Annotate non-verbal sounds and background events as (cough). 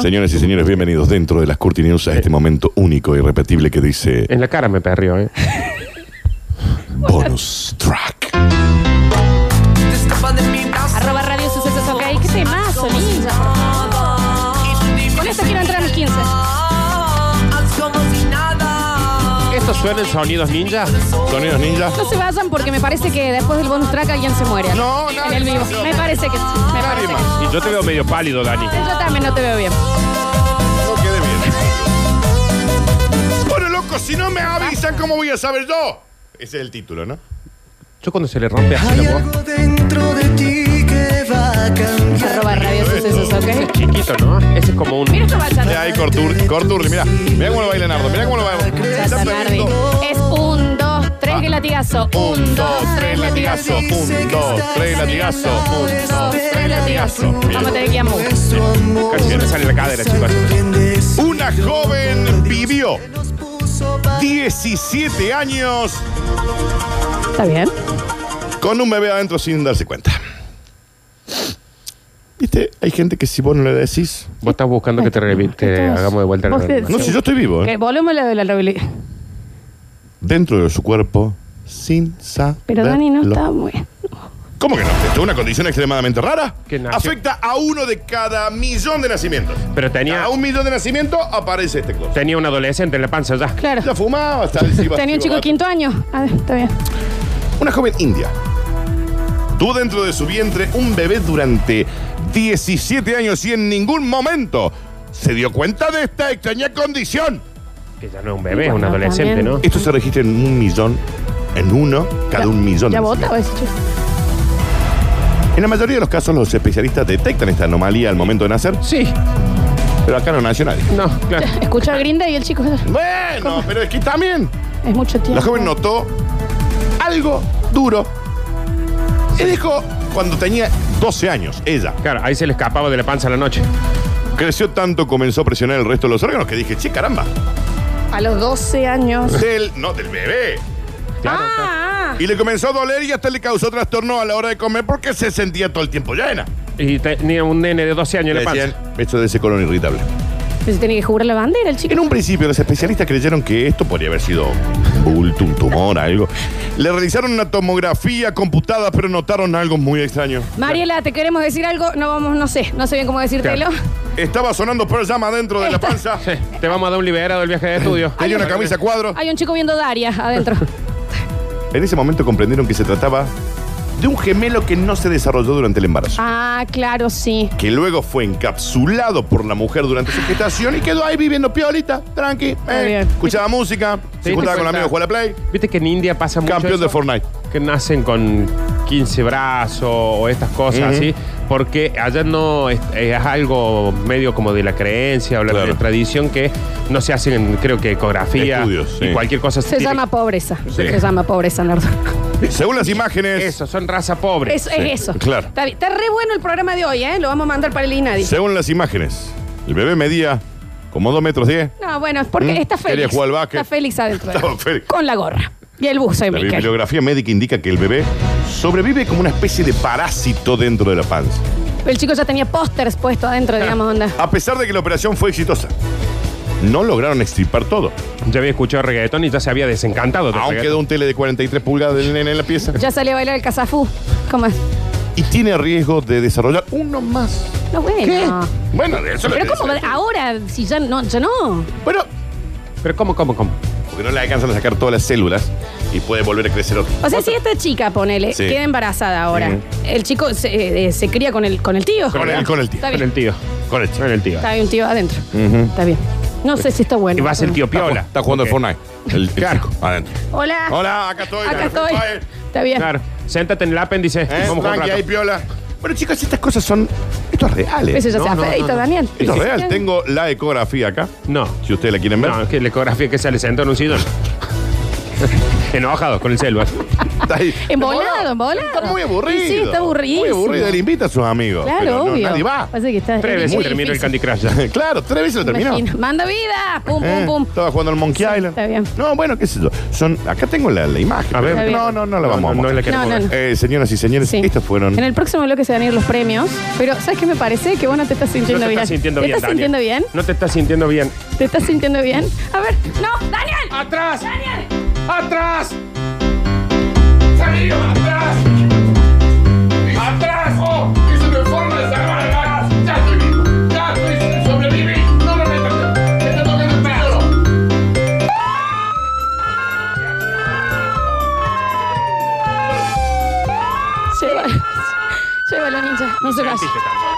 Señoras y señores, bienvenidos dentro de las Curti News a este momento único e irrepetible que dice En la cara me perrió, ¿eh? Bonus Track. Arroba Radio Sucesos OK. ¿Qué temazo, lindo? Con esto quiero entrar a mis 15. ¿Estos suenan sonidos ninja? Sonidos ninja. No se vayan porque me parece que después del bonus track alguien se muere. No, no, En el vivo. no. Me parece que sí. Me parece que sí. Y yo te veo medio pálido, Dani. Yo también no te veo bien. No quede bien. Bueno, loco, si no me avisan, ¿cómo voy a saber yo? Ese es el título, ¿no? Yo cuando se le rompe así Hay la voz. algo dentro de ti que va a cambiar. Arroba Radio Sucesos Ese es OK. chiquito, ¿no? Ese es como Mira un. esta Ya bachata. ahí Corturri, Corturri, mira. Mira cómo lo baila Nardo, mira cómo lo baila. Bachata, Nardi. Es un, dos, tres de latigazo. Un, dos, tres latigazo. latigazo. Un, dos, tres latigazo. Un, dos, tres latigazo. Bien. Vamos a tener que ir a Mu. Casi me sale la cadera, chicos. Una joven vivió 17 años ¿Está bien? con un bebé adentro sin darse cuenta. Viste, hay gente que si vos no le decís. Vos estás buscando que te, revi- te Estás- hagamos de vuelta Vos el te- No, si yo estoy vivo, ¿eh? Que volvemos a lo de la rehabilitación. Dentro de su cuerpo, sin saberlo. Pero Dani no está muy. ¿Cómo que no? Esto es una condición extremadamente rara. Que nació- Afecta a uno de cada millón de nacimientos. Pero tenía, A un millón de nacimientos aparece este cosa. tenía un adolescente en la panza ya. Claro. Ya fumaba, hasta el ciba- Tenía un chico cibabato. de quinto año. A ver, está bien. Una joven india tuvo dentro de su vientre un bebé durante 17 años y en ningún momento se dio cuenta de esta extraña condición. Que ya no es un bebé, es un Bueno, adolescente, también. ¿no? Esto se registra en un millón, en uno, cada un millón. de Ya nacimientos. votaba ese chico. En la mayoría de los casos los especialistas detectan esta anomalía al momento de nacer, Sí. pero acá no nació nadie. No, claro. Escucha a Grinda y el chico Bueno, pero es que también es mucho tiempo. la joven notó algo duro. Se dijo cuando tenía 12 años, ella. Claro, ahí se le escapaba de la panza a la noche. Creció tanto, comenzó a presionar el resto de los órganos que dije, che, caramba, A los 12 años. del, no, del bebé. Claro, claro. ah, Y le comenzó a doler y hasta le causó trastorno a la hora de comer porque se sentía todo el tiempo llena. Y tenía un nene de 12 años en Le la decían, panza. esto de ese colon irritable. pero se tenía que jugar la bandera el chico. En un principio, los especialistas creyeron que esto podría haber sido un bulto, un tumor, algo. Le realizaron una tomografía computada, pero notaron algo muy extraño. Mariela, te queremos decir algo. No vamos, no sé, no sé bien cómo decírtelo. Claro. Estaba sonando Pearl Jam adentro de la panza. Sí, Te vamos a dar un liberado del viaje de estudio. Tenía una camisa a cuadro. Hay un chico viendo Daria (laughs) adentro. En ese momento comprendieron que se trataba de un gemelo que no se desarrolló durante el embarazo. ah, claro, sí. Que luego fue encapsulado por la mujer durante su gestación y quedó ahí viviendo piolita, tranqui. eh. bien. Escuchaba música, se diste juntaba con cuenta? amigos, jugaba a la play. Viste que en India pasa mucho Campeón eso? de Fortnite. que nacen con 15 brazos o estas cosas Ujú. así, porque allá no es, es algo medio como de la creencia o la Claro. tradición que no se hacen, creo que ecografía Estudios, sí. y cualquier cosa Se tiene- llama pobreza. Sí. Se llama pobreza, Nardo. Según las imágenes. Eso, son raza pobre. Es, es eso. claro. Está, bien. Está re bueno el programa de hoy, ¿eh? Lo vamos a mandar para el INADI. Según las imágenes, el bebé medía como 2 metros 10. No, bueno, es porque Mm, está Félix. quería jugar al básquet. Está Félix adentro. (laughs) Estaba Félix. Con la gorra. Y el buzo de La Miquel. bibliografía médica indica que el bebé sobrevive como una especie de parásito dentro de la panza. El chico ya tenía pósters puesto adentro, digamos, onda. A pesar de que la operación fue exitosa, no lograron extirpar todo. Ya había escuchado reggaetón y ya se había desencantado. del Ah, Aún reggaetón. quedó un tele de 43 pulgadas del nene en la pieza. Ya salió a bailar el cazafú. ¿Cómo es? Y tiene riesgo de desarrollar uno más. No, bueno. Bueno, de eso le Pero ¿cómo? va- Ahora, si ya no, ya no. Bueno, Pero ¿cómo, cómo, cómo? porque no le alcanzan a sacar todas las células y puede volver a crecer otro. O sea, si esta chica, ponele, Sí. queda embarazada ahora. Sí. El chico se, eh, eh, se cría con el, con el tío. Con el, con el tío. Está Con bien. el tío. Con el tío. Con el tío. Está bien, un tío adentro. Está bien. No sé si está bueno. Y va a ser tío Está, piola. ju- está jugando Ok. al Fortnite. El, el Claro. chico, adentro. Hola. Hola, acá estoy. Acá estoy. Está bien. Claro. Séntate en el apéndice. ¿Eh? Vamos a Tranqui, ahí, jugar piola. Bueno, chicos, estas cosas son. Esto es real. ¿eh? Eso ya No, se no, afeita, no, no. Daniel. Esto es real. Tengo la ecografía acá. No. Si ustedes la quieren ver. (laughs) No, que la ecografía que sale sentado en un sillón. Enojados con el ¿eh? celular. (laughs) Está ahí. Embolado, embolado. Está muy aburrido. Sí, está aburridísimo. Muy aburrido. Le invita a sus amigos. Claro, pero no, obvio. nadie va. Pasa que está. Tres es veces muy termino el Candy difícil, Crush (laughs) ya. claro, tres veces lo terminó. imagino. ¡Manda vida! ¡Pum, Eh, pum, pum! Estaba jugando al Monkey Sí, Island. está bien. No, bueno, qué sé yo. Son, acá tengo la, la imagen. A ver. pero No, no, no la vamos a No, no, no la mostrar. queremos No, no, ver. Eh, señoras y señores, Sí. estos fueron. En el próximo bloque se van a ir los premios. Pero, ¿sabes qué me parece? Que vos no te estás No sintiendo te bien. estás sintiendo ¿Te bien, estás Daniel. sintiendo bien? No te estás sintiendo bien. ¿Te estás sintiendo bien? A ver, no, Daniel. ¡Atrás! ¡Atrás! ¡Atrás! ¡Oh! ¡Es una forma de sacar atrás! ¡Ya estoy vivo! ¡Ya estoy sobreviví! ¡No me metas! ¡Me está tocando el perro! Llévalo, llévalo, ninja. No se vaya. Sentiste también.